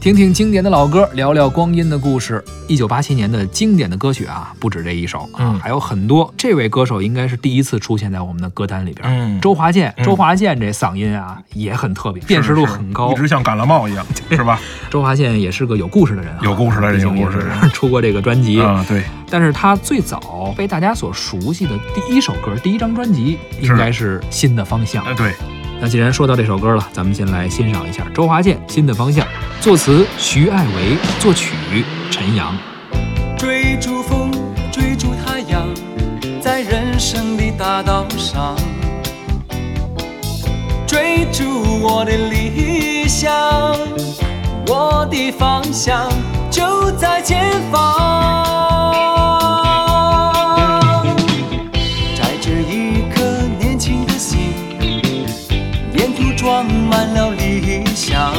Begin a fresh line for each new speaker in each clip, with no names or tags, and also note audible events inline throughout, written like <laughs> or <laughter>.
听听经典的老歌，聊聊光阴的故事。一九八七年的经典的歌曲啊，不止这一首啊，
嗯
还有很多。这位歌手应该是第一次出现在我们的歌单里边。
嗯
周华健，
嗯
周华健这嗓音啊也很特别，辨识度很高
一。直像感了冒
<laughs>
一样，是吧？
周华健也是个有故事的人啊，
有故事的人
毕竟
有故事的人
也嗯是 <laughs> 出过这个专辑。
啊，对，
但是他最早被大家所熟悉的第一首歌、第一张专辑，应该是《新的方向
呃，》。对，
那既然说到这首歌了，咱们先来欣赏一下周华健《新的方向》，作词徐爱维，作曲陈扬。
追逐风，追逐太阳，在人生的大道上，追逐我的理想，我的方向就在前方。在这一颗年轻的心，沿途装满了理想。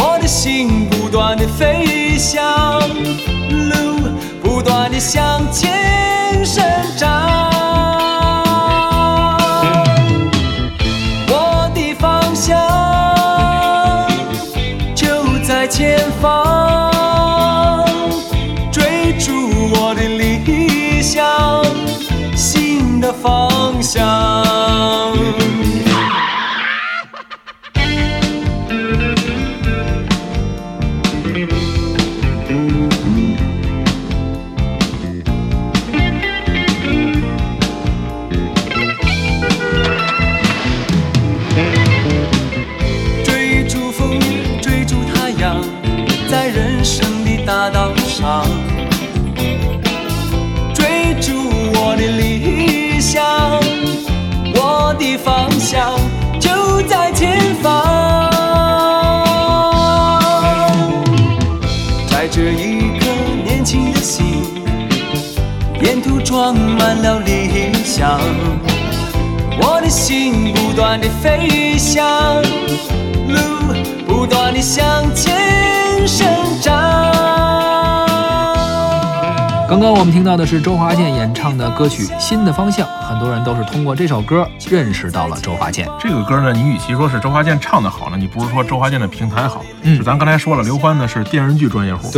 我的心不断地飞翔，路不断地向前生长。我的方向就在前方，追逐我的理想，新的方向。追逐风，追逐太阳，在人生的大道上，追逐我的理想，我的方向就在前方。在这一颗年轻的心，沿途装满了理想，我的心不断地飞翔。路不断地向前生长。
刚刚我们听到的是周华健演唱的歌曲《新的方向》，很多人都是通过这首歌认识到了周华健。
这个歌呢，你与其说是周华健唱的好呢，你不如说周华健的平台好。
嗯
就咱刚才说了，刘欢呢是电视剧专业户，，，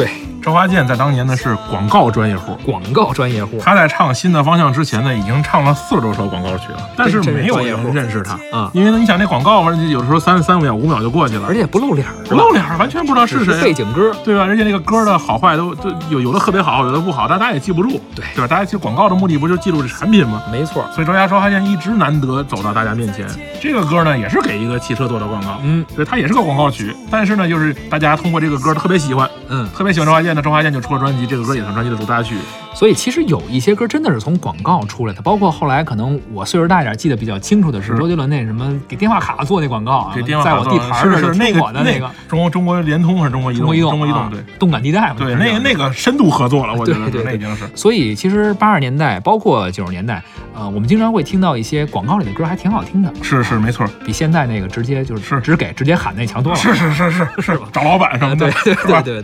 周华健在当年呢是广告专业户。
广告专业户
他在唱《新的方向》之前呢，已经唱了四十多首广告曲了，但是
真是
没有
专业户
人认识他，
啊，
因为呢，你想那广告嘛，有时候三三五秒、五秒就过去了，
而且不露脸儿，
不露脸儿，完全不知道
只
是
是背
谁，啊
景歌。
对吧？而且那个歌的好坏都都有有的特别好，有的不好，但大家也记不住，
对
对吧？大家其实广告的目的不就记住这产品吗？
没错，
所以周华周华健一直难得走到大家面前。这个歌呢，也是给一个汽车做的广告，
嗯
对，它也是个广告曲，但是呢，就是大家通过这个歌特别喜欢，
嗯，
特别喜欢周华健呢，周华健就出了专辑，这个歌也算专辑的主打曲，
所以其实有一些歌真的是从广告出来的，包括后来可能我岁数大一点，记得比较清楚的是
是
周杰伦那什么给电话卡做那广告啊，
这电话
在
卡
我
座
地盘
是
儿
是
上
那
听
个
我的那个
中国中国联通还是中国移
中
动？
国移动，啊
对
动感地带嘛，就
对，
是
那个那个深度合作了，我觉得
对对
那
对
已经是
所以其实八十年代，包括九十年代，呃，我们经常会听到一些广告里的歌还挺好听的，
是是没错，
比现在那个直接就是
是
直给直接喊那强多了。
是是是是是找老板什
啊
么
对
的，
对
是吧
对对